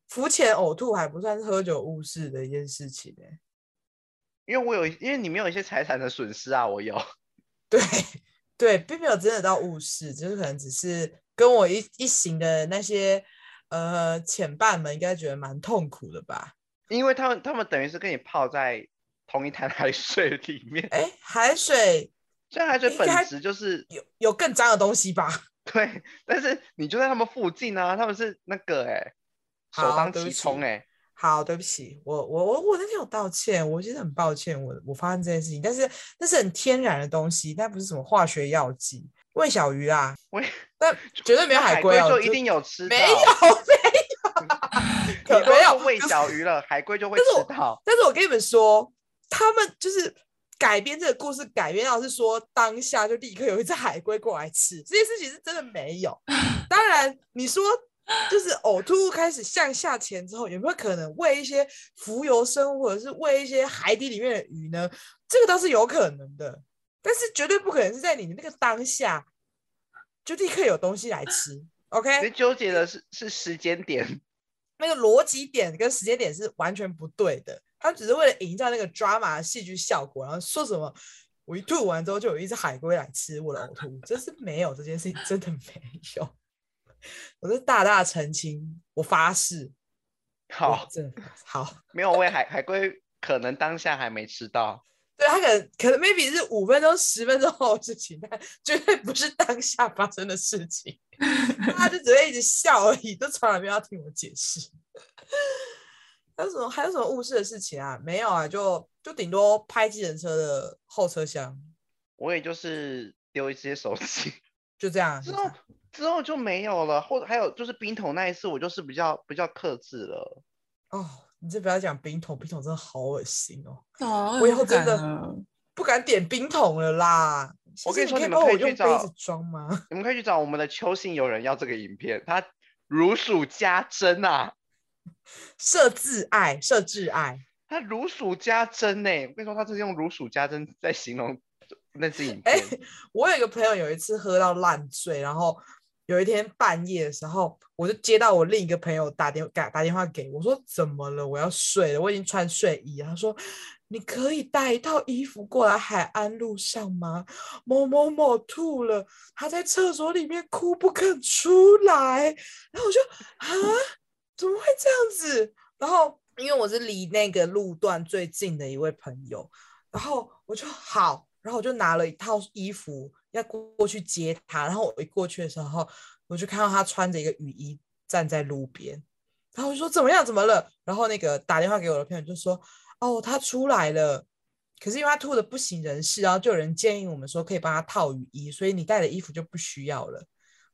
浮潜呕吐还不算是喝酒误事的一件事情哎、因为我有，因为你们有一些财产的损失啊，我有。对 对，并没有真的到误事，就是可能只是跟我一一行的那些呃潜伴们应该觉得蛮痛苦的吧？因为他们他们等于是跟你泡在同一滩海水里面，哎，海水虽然海水应本该质就是有有更脏的东西吧？对，但是你就在他们附近啊，他们是那个哎、首好当啊对不其起冲哎、好，对不起，我我我我那天有道歉，我其实很抱歉，我我发生这件事情，但是那是很天然的东西，那不是什么化学药剂。喂小鱼啦，喂 但绝对没有那海龟哦，就就一定有吃到，没有没有，可你都没有说喂就是小鱼了，海龟就会但是吃我到。但是我跟你们说，他们就是改编这个故事，改编到是说当下就立刻有一只海龟过来吃， 这件事情是真的没有。当然，你说就是呕吐物开始向下潜之后，有没有可能喂一些浮游生物，或者是喂一些海底里面的鱼呢？这个倒是有可能的，但是绝对不可能是在你那个当下就立刻有东西来吃。OK，你纠结的是是时间点，那个逻辑点跟时间点是完全不对的，他们只是为了营造那个 drama 的戏剧效果，然后说什么我一吐完之后就有一只海龟来吃我的呕吐物，真是没有这件事情，真的没有。 我是大大澄清，我发誓，我好，真的发誓好。没有喂海海龟，可能当下还没吃到。对他可能可能 maybe 是五分钟十分钟后的事情，但绝对不是当下发生的事情。他就只会一直笑而已，都从来没有要听我解释。 还有什么还有什么误事的事情啊？没有啊，就就顶多拍计程车的后车厢，我也就是丢一些手机，就这样。啊之就这后样之后就没有了。或还有就是冰桶那一次，我就是比较比较克制了。哦，你这不要讲冰桶，冰桶真的好恶心哦，对啊，我以也后不真敢的了。不敢点冰桶了啦。我跟先你说生你们你帮可以我去用杯找子装吗？ 你们可以去找我们的邱信友人要这个影片，他如数家珍啊，设置爱，设置爱。他如数家珍呢、我跟你说，他真是用如数家珍在形容那支影片。哎我有一个朋友有一次喝到烂醉，然后有一天半夜的时候，我就接到我另一个朋友打电打打电话给我，我说怎么了？我要睡了，我已经穿睡衣了。他说你可以带一套衣服过来海岸路上吗？某某某吐了，他在厕所里面哭不肯出来。然后我就啊，怎么会这样子？然后因为我是离那个路段最近的一位朋友，然后我就好，然后我就拿了一套衣服要过过去接他，然后我一过去的时候，我就看到他穿着一个雨衣站在路边，然后我就说怎么样，怎么了？然后那个打电话给我的朋友就说，哦，他出来了。可是因为他吐的不省人事，然后就有人建议我们说可以帮他套雨衣，所以你带的衣服就不需要了。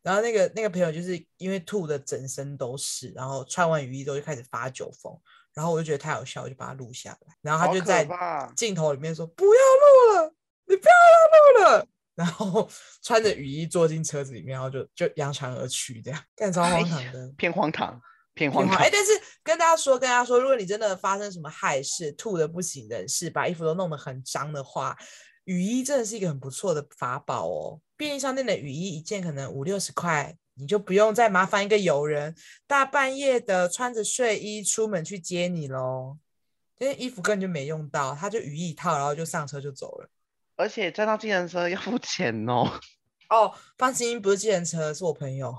然后那个那个朋友就是因为吐的整身都是，然后穿完雨衣之后就开始发酒疯，然后我就觉得太好笑，我就把他录下来，然后好他就可在怕镜头里面说不要录了，你不要再录了，然后穿着雨衣坐进车子里面，然后就就扬长而去，这样干哎超荒唐的。偏荒唐， 偏挺荒好唐。哎、但是跟大家说，跟大家说，如果你真的发生什么害事，吐的不省人事，把衣服都弄得很脏的话，雨衣真的是一个很不错的法宝哦。便利商店的雨衣一件可能五六十块，你就不用再麻烦一个友人大半夜的穿着睡衣出门去接你喽。因为衣服根本就没用到，他就雨衣一套，然后就上车就走了。而且站到计程车要付钱哦，哦，放心，不是计程车，是我朋友。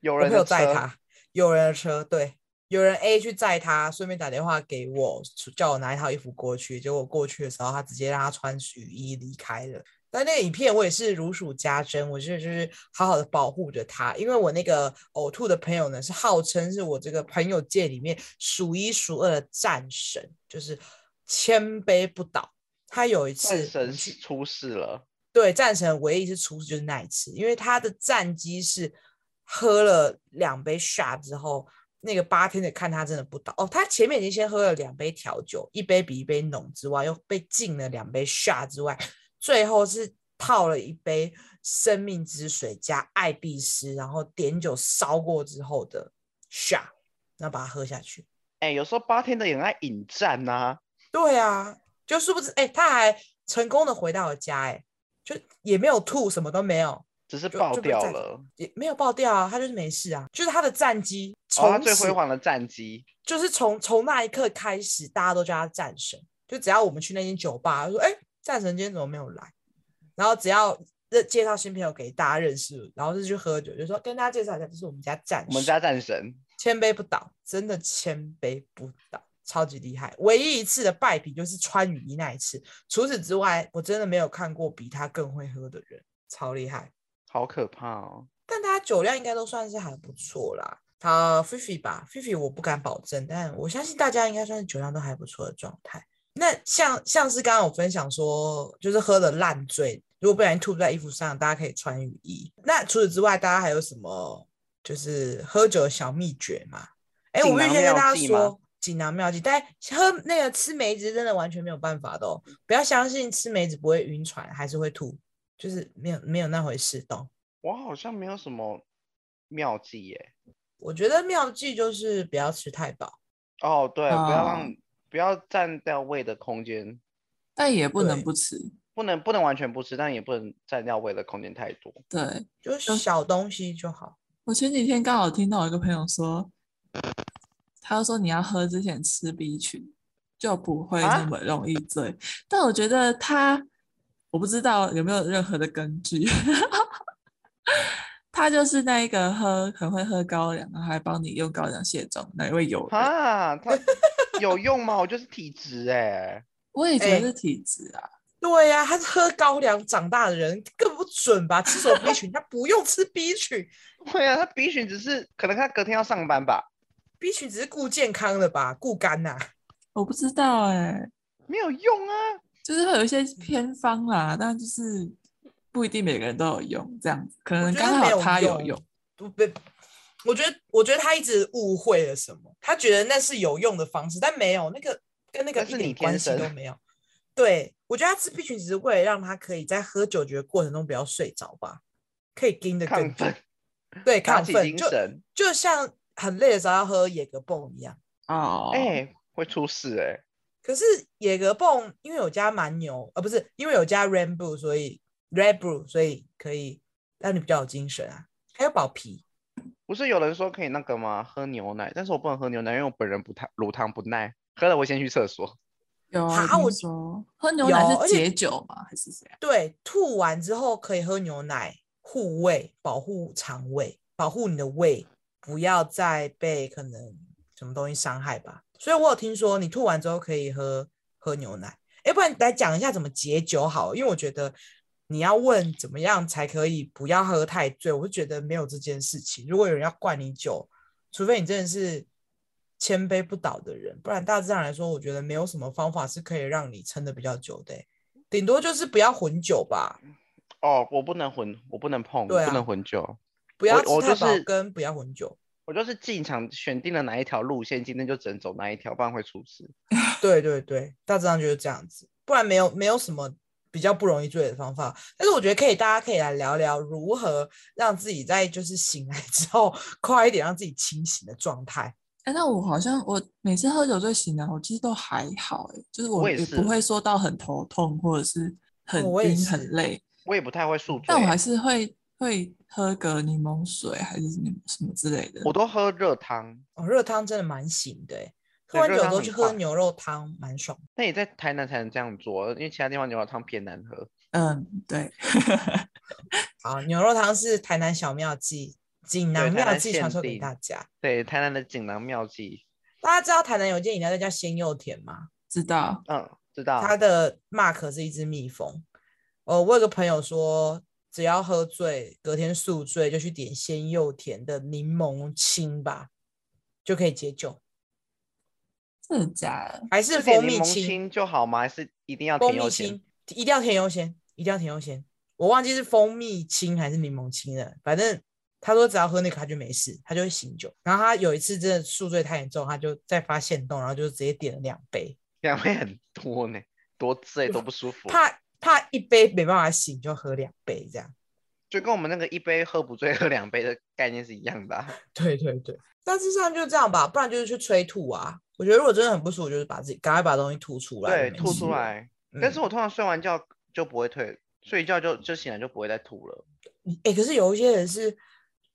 有我人朋友的载车，他，有人的车，对，有人 A 去载他，顺便打电话给我，说叫我拿一套衣服过去。结果我过去的时候，他直接让他穿雨衣离开了，但那个影片我也是如数家珍，我是就是好好的保护着它，因为我那个呕吐的朋友呢，是号称是我这个朋友界里面数一数二的战神，就是千杯不倒。他有一次战神去出事了，对，战神唯一一次出事就是那一次，因为他的战绩是喝了两杯 shot 之后，那个八天的看他真的不倒哦，他前面已经先喝了两杯调酒，一杯比一杯浓之外，又被禁了两杯 shot 之外，最后是泡了一杯生命之水加艾必斯，然后碘酒烧过之后的 shot，然后把它喝下去。哎、有时候八天的也很爱引战呐、对啊，就是不知哎、他还成功的回到了家、哎，就也没有吐，什么都没有。只是就爆就被掉战了。也没有爆掉啊，他就是没事啊，就是他的战绩哦，从他最此、辉煌的战绩，就是从从那一刻开始，大家都叫他战神，就只要我们去那间酒吧，就说哎、战神今天怎么没有来？然后只要认介绍新朋友给大家认识，然后就去喝酒，就说跟大家介绍一下，这是我们家战神，我们家战神。千杯不倒，真的千杯不倒，超级厉害。唯一一次的败笔就是穿雨衣那一次，除此之外，我真的没有看过比他更会喝的人，超厉害。好可怕哦！但他酒量应该都算是还不错啦。他菲菲吧，菲菲我不敢保证，但我相信大家应该算是酒量都还不错的状态。那像像是刚刚我分享说，就是喝的烂醉，如果不小心吐在衣服上，大家可以穿雨衣。那除此之外，大家还有什么就是喝酒的小秘诀吗？哎，锦我预囊先妙跟大家计吗说锦囊妙计，但喝那个吃梅子真的完全没有办法的哦，不要相信吃梅子不会晕船，还是会吐，就是没有没有那回事，懂？我好像没有什么妙计耶。我觉得妙计就是不要吃太饱，哦，对，不要啊让、哦不要占掉胃的空间，但也不能对不吃。不能不能完全不吃，但也不能占掉胃的空间太多。对嗯就是小东西就好。我前几天刚好听到我一个朋友说，他就说你要喝之前吃 B 群，就不会啊那么容易醉。但我觉得他，我不知道有没有任何的根据。 他就是那一个喝很会喝高粱，然后还帮你用高粱卸妆那一位友人。啊， 它有用吗？我就是体质哎，我也觉哎得是体质啊，对呀、他是喝高粱长大的人，更不准吧？吃什么 B 群？他不用吃 B 群对啊，他 B 群只是可能他隔天要上班吧， ，B 群只是顾健康的吧，顾肝呐、我不知道哎、没有用啊。就是会有一些偏方啦，但就是不一定每个人都有用，这样子可我能觉得刚没好有他有用用。不不，我觉得我觉得他一直误会了什么，他觉得那是有用的方式，但没有那个跟那个那是一点你天关系生都没有。对，我觉得他吃 B 群只是为了让他可以在喝酒局的过程中不要睡着吧，可以盯得更亢久奋，对，打亢起奋精就神，就像很累的时候要喝野格泵一样。哦，哎、会出事哎、可是野格泵因为有加蛮牛，呃，不是因为有加 Rainbow，所以 Red Brew，所以可以让你比较有精神啊。还有保皮，不是有人说可以那个吗？喝牛奶，但是我不能喝牛奶，因为我本人不太乳糖不耐，喝了我先去厕所。有啊，哈我听说喝牛奶有而是且解酒吗？还是谁啊？对，吐完之后可以喝牛奶护胃，保护肠胃，保护你的胃，不要再被可能什么东西伤害吧。所以我有听说你吐完之后可以喝喝牛奶，要不然来讲一下怎么解酒好了，因为我觉得你要问怎么样才可以不要喝太醉，我就觉得没有这件事情。如果有人要灌你酒，除非你真的是千杯不倒的人，不然大致上来说，我觉得没有什么方法是可以让你撑得比较久的欸、顶多就是不要混酒吧，哦，我不能混，我不能碰，对不能啊混酒。不要我吃太就饱是跟不要混酒。我就是进场选定了哪一条路线，今天就只能走哪一条，不然会出事。对对对，大致上就是这样子，不然没有没有什么比较不容易醉的方法。但是我觉得可以，大家可以来聊聊如何让自己在就是醒来之后快一点让自己清醒的状态。哎、那我好像我每次喝酒醉醒来，我其实都还好、欸，就是我我也也是不会说到很头痛或者是很哦我也晕、是很累，我也不太会宿醉但我还欸，是会会喝个柠檬水还是柠什么之类的。我都喝热汤。哦，热汤真的蛮醒的欸，喝对完热酒之汤后很去喝快牛肉汤蛮爽的。那也在台南才能这样做，因为其他地方牛肉汤偏难喝。嗯，对， 好，牛肉汤是台南小妙计，锦对囊台妙南计传限授给定大家。对，台南的锦囊妙计，大家知道台南有一间饮料店叫鲜柚甜吗？知道。嗯，知道。它的 mark 是一只蜜蜂，呃，我有个朋友说，只要喝醉，隔天宿醉就去点鲜又甜的柠檬青吧，就可以解酒，真的假的？还是是点蜂柠蜜檬青？青就好吗？还是一定要蜂甜蜜油咸青？一定要甜优先，一定要甜优先。我忘记是蜂蜜青还是柠檬青了，反正他说只要喝那个他就没事，他就会醒酒。然后他有一次真的宿醉太严重，他就再发现动，然后就直接点了两杯，两杯很多呢，多醉多不舒服，怕怕一杯没办法醒就喝两杯这样。就跟我们那个一杯喝不醉喝两杯的概念是一样的啊、对对对，大致上就这样吧，不然就是去催吐啊。我觉得如果真的很不舒服，就是把自己赶快把东西吐出来对，就没事了。吐出来。但是嗯我通常睡完觉就不会退，睡一觉就就醒来就不会再吐了。哎、可是有一些人是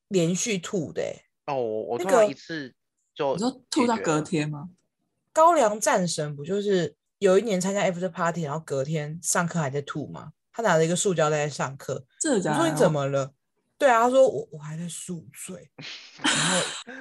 连续吐的、欸，哦，我我那通常个一次就你说解吐到决隔了天吗？高粱战神不就是有一年参加 after party，然后隔天上课还在吐吗？他拿着一个塑胶袋在上课，真的我假的？说你怎？么了？对啊，他说我我还在宿醉，然后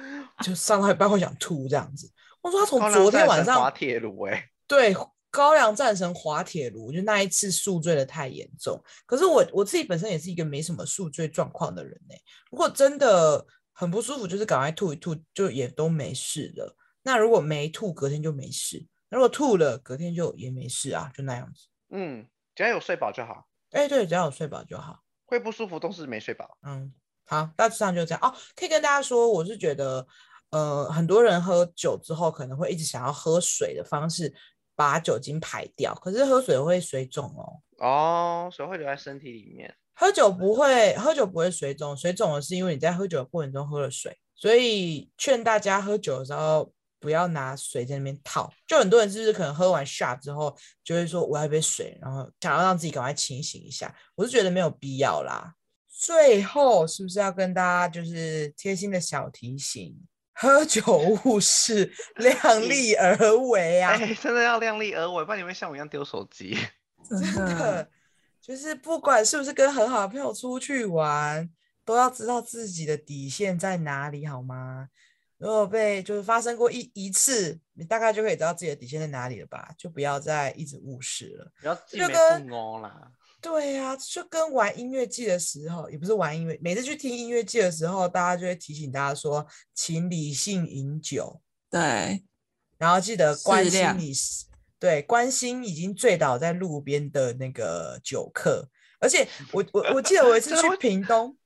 就上到一半会想吐这样子。我说他 从高粱昨天战晚神滑上铁卢哎，对高粱战神滑铁卢，就那一次宿醉的太严重。可是我我自己本身也是一个没什么宿醉状况的人呢、如果真的很不舒服，就是赶快吐一吐，就也都没事了。那如果没吐，隔天就没事；那如果吐了，隔天就也没事啊，就那样子。嗯，只要有睡饱就好，哎、对，只要有睡饱就好。会不舒服都是没睡饱。嗯，好，大致上就这样哦。可以跟大家说，我是觉得，呃，很多人喝酒之后可能会一直想要喝水的方式把酒精排掉，可是喝水会水肿哦。哦，水会留在身体里面。喝酒不会，喝酒不会水肿，水肿的是因为你在喝酒的过程中喝了水，所以劝大家喝酒的时候不要拿水在那边套。就很多人就是可能喝完 shot 之后，就会说我要一杯水，然后想要让自己赶快清醒一下，我是觉得没有必要啦。最后是不是要跟大家就是贴心的小提醒，喝酒勿视， 量力而为啊。哎，真的要量力而为，不然你会像我一样丢手机。真的 的，就是不管是不是跟很好的朋友出去玩，都要知道自己的底线在哪里，好吗？如果被就是发生过一一次，你大概就可以知道自己的底线在哪里了吧？就不要再一直误事了。不要自己就没跟不哦啦。对呀、就跟玩音乐季的时候，也不是玩音乐，每次去听音乐季的时候，大家就会提醒大家说，请理性饮酒，对，然后记得适关心量你是，对，关心已经醉倒在路边的那个酒客。而且我我我记得我 有一次真的去会屏东，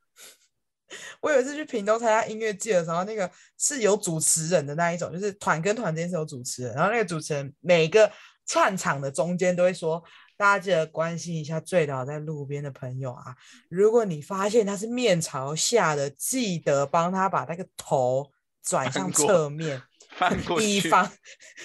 我有一次去屏东参加音乐季的时候，那个是有主持人的那一种，就是团跟团之间是有主持人，然后那个主持人每个串场的中间都会说。大家记得关心一下醉倒在路边的朋友啊！如果你发现他是面朝下的，记得帮他把那个头转翻向过侧面， 翻过以去，防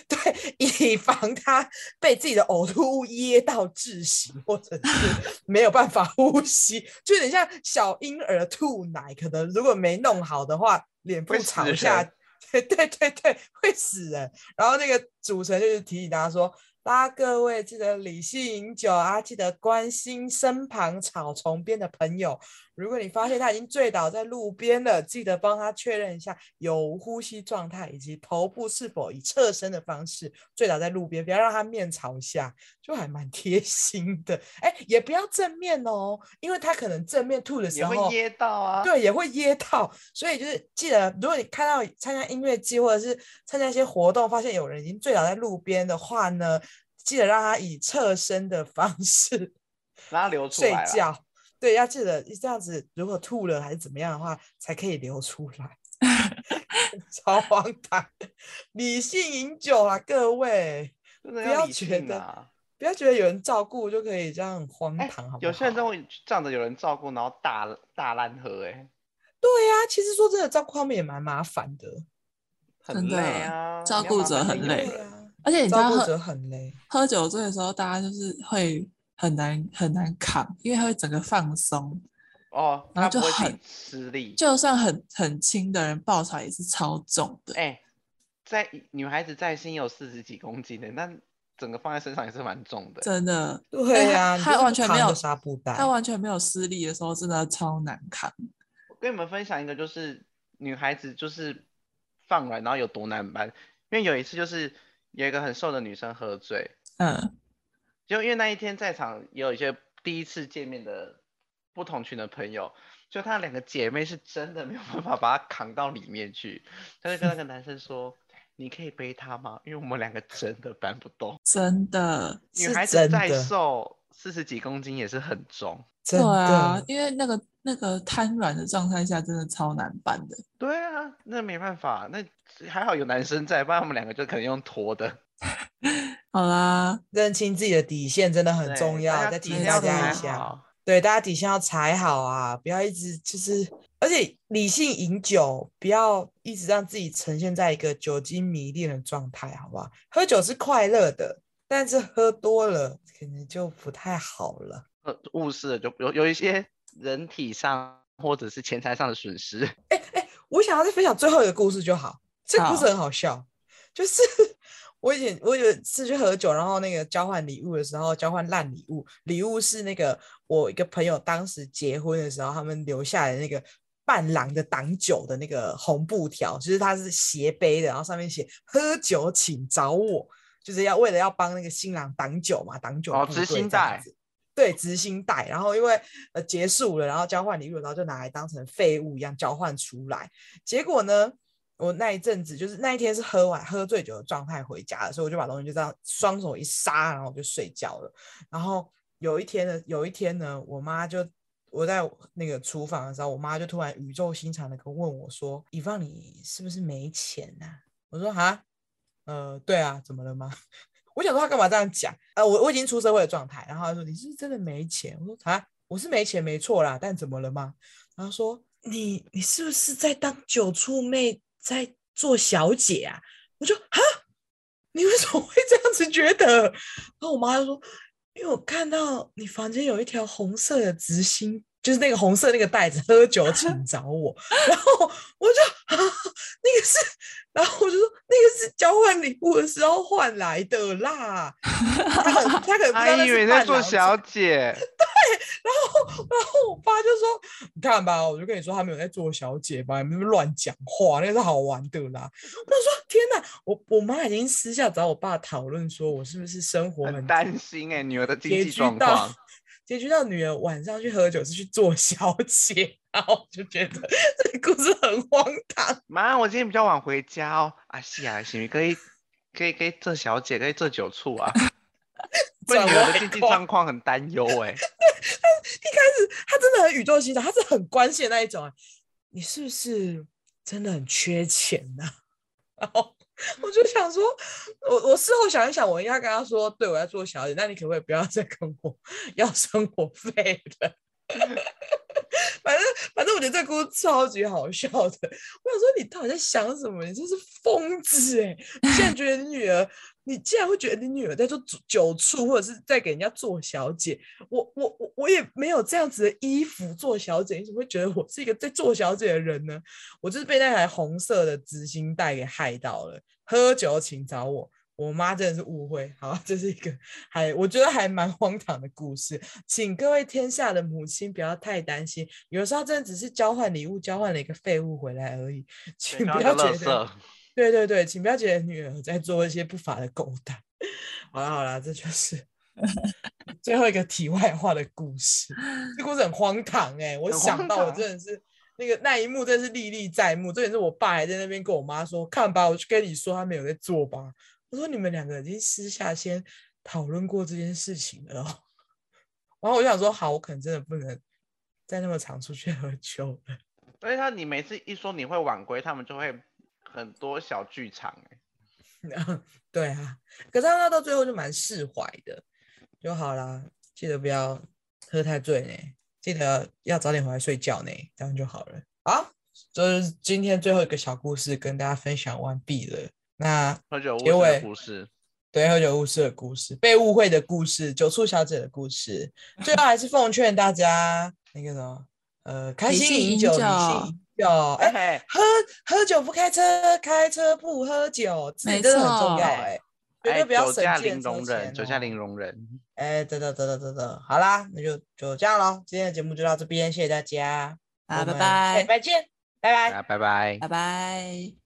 对，以防他被自己的呕吐物噎到窒息，或者是没有办法呼吸，就有点像小婴儿吐奶，可能如果没弄好的话，脸部会死朝人下， 对对对对，会死人。然后那个主持人就是提醒大家说。大家各位记得理性饮酒啊，记得关心身旁草丛边的朋友，如果你发现他已经醉倒在路边了，记得帮他确认一下有无呼吸状态，以及头部是否以侧身的方式醉倒在路边，不要让他面朝下，就还蛮贴心的。哎，也不要正面哦，因为他可能正面吐的时也候会噎到啊。对，也会噎到，所以就是记得，如果你看到参加音乐季或者是参加一些活动，发现有人已经醉倒在路边的话呢，记得让他以侧身的方式让它流出睡来啦。觉。对，要记得这样子，如果吐了还是怎么样的话，才可以流出 来。超荒唐！理性饮酒啊，各位，真的不要理觉性得啊。不要觉得有人照顾就可以这样荒哎唐，好不好？有些人都会仗着有人照顾，然后大大烂喝、哎，对呀、其实说真的，照顾他们也蛮麻烦的。很真的累啊，照你要顾麻者烦很另一累个对人啊，而且你知照道顾喝者很累。喝酒醉的时候，大家就是会很难很难扛，因为他会整个放松，哦，然他后就不会自己很吃力。就算很很轻的人抱起来也是超重的。哎、在女孩子在心有四十几公斤的，那整个放在身上也是蛮重的。真的，对他呀、你他就是完不全没扛着有纱布袋。他完全没有失力的时候，真的超难扛。我跟你们分享一个，就是女孩子就是放软，然后有多难搬。因为有一次就是有一个很瘦的女生喝醉，嗯，就因为那一天在场也有一些第一次见面的不同群的朋友，就她两个姐妹是真的没有办法把她扛到里面去，她就跟那个男生说：“ 你可以背她吗？因为我们两个真的搬不动。真的，”女是孩子真再的瘦四十几公斤也是很重。真对啊的，，因为那个那个瘫软的状态下，真的超难办的。对啊，那没办法，那还好有男生在，不然我们两个就可能用拖的。好啦，认清自己的底线真的很对重要，再提底醒线大要家踩一下，好。对，大家底线要踩好啊，不要一直就是，而且理性饮酒，不要一直让自己呈现在一个酒精迷恋的状态，好不好？喝酒是快乐的，但是喝多了可能就不太好了。呃，误事了，就有有一些人体上或者是钱财上的损失。我想要再分享最后一个故事就好，这个故事好很好笑，就是我以前我有一次去喝酒，然后那个交换礼物的时候交换烂礼物，礼物是那个我一个朋友当时结婚的时候他们留下来的那个。伴郎的挡酒的那个红布条，就是它是斜背的，然后上面写“喝酒请找我”，就是要为了要帮那个新郎挡酒嘛，挡酒哦部执队行这样带子对，执行带。然后因为呃结束了，然后交换礼物，然后就拿来当成废物一样交换出来。结果呢，我那一阵子就是那一天是喝完喝醉酒的状态回家的，所以我就把东西就这样双手一撒，然后我就睡觉了。然后有一天呢，有一天呢，我妈就我在那个厨房的时候，我妈就突然语重心长的跟问我说：“以放，你是不是没钱呐、我说：“哈，呃，对啊，怎么了吗？” 我想说他干嘛这样讲？呃，我我已经出社会的状态，然后他说你是不是真的没钱？我说啊，我是没钱没错啦，但怎么了吗？然后说你你是不是在当酒醋妹，在做小姐啊？我就啊，你为什么会这样子觉得？然后我妈就说，因为我看到你房间有一条红色的直心，就是那个红色那个袋子，喝酒请找我。然后我就啊，那个是，然后我就说那个是交换礼物的时候换来的啦。他可能他可能不知道阿那姨以是为哎你在伴做郎之小姐，然后，然后我爸就说：“你看吧，我就跟你说他没有在做小姐吧，你们乱讲话，那个是好玩的啦。”我想说：“天哪！”我我妈已经私下找我爸讨论，说我是不是生活很很担心哎、女儿的经拮济据状到况。 拮据到女儿晚上去喝酒是去做小姐，然后我就觉得 这个故事很荒唐。妈，我今天比较晚回家哦。啊，是啊，行，可以，可以，可以做小姐，可以做酒醋 啊。对转女儿外的经济挂状况很担忧哎、一开始他真的很宇宙心长，他是很关心的那一种、啊。你是不是真的很缺钱呢、然后我就想说，我我事后想一想，我应该跟他说，对我要做小姐，那你可不可以不要再跟我要生活费了？ 反正反正我觉得这个故事超级好笑的，我想说你到底在想什么？你真是疯子哎、你竟然觉得你女儿，你竟然会觉得你女儿在做酒酒醋，或者是在给人家做小姐，我我我我也没有这样子的衣服做小姐，你怎么会觉得我是一个在做小姐的人呢？我就是被那台红色的执行带给害到了。喝酒请找我，我妈真的是误会。好， 这是一个还我觉得还蛮荒唐的故事，请各位天下的母亲不要太担心，有时候真的只是交换礼物，交换了一个废物回来而已，请交不换要个觉垃得圾。对对对，请不要觉得女儿在做一些不法的勾当。好啦好啦，这就是 最后一个题外话的故事。这故事很荒唐哎、我很想荒到我唐真的是那个那一幕，真的是历历在目。重点是我爸还在那边跟我妈说：“看吧，我就跟你说他没有在做吧。”我说：“你们两个已经私下先讨论过这件事情了哦。” 然后我就想说：“好，我可能真的不能再那么常出去喝酒了。”所以他，你每次一说你会晚归，他们就会很多小剧场哎、 对啊，可是他到最后就蛮释怀的，就好啦。记得不要喝太醉呢，记得要早点回来睡觉呢，这样就好了。好，这是今天最后一个小故事，跟大家分享完毕了。那喝酒误结事尾的故事。对喝酒误事的故事、被误会的故事、酒醋小姐的故事，最后还是奉劝大家那个什么，呃，开理心性饮饮酒，理酒性饮酒。哎哎、，嘿喝喝酒不开车，开车不喝酒，这没真的很重错要哎、绝哎，对不要酒省驾见零车容忍，钱酒驾哦零容忍。哎，等等等等等等，好啦，那就就这样咯，今天的节目就到这边，谢谢大家，好，我们下拜礼拜，哎拜见，拜拜。啊，拜拜。拜拜。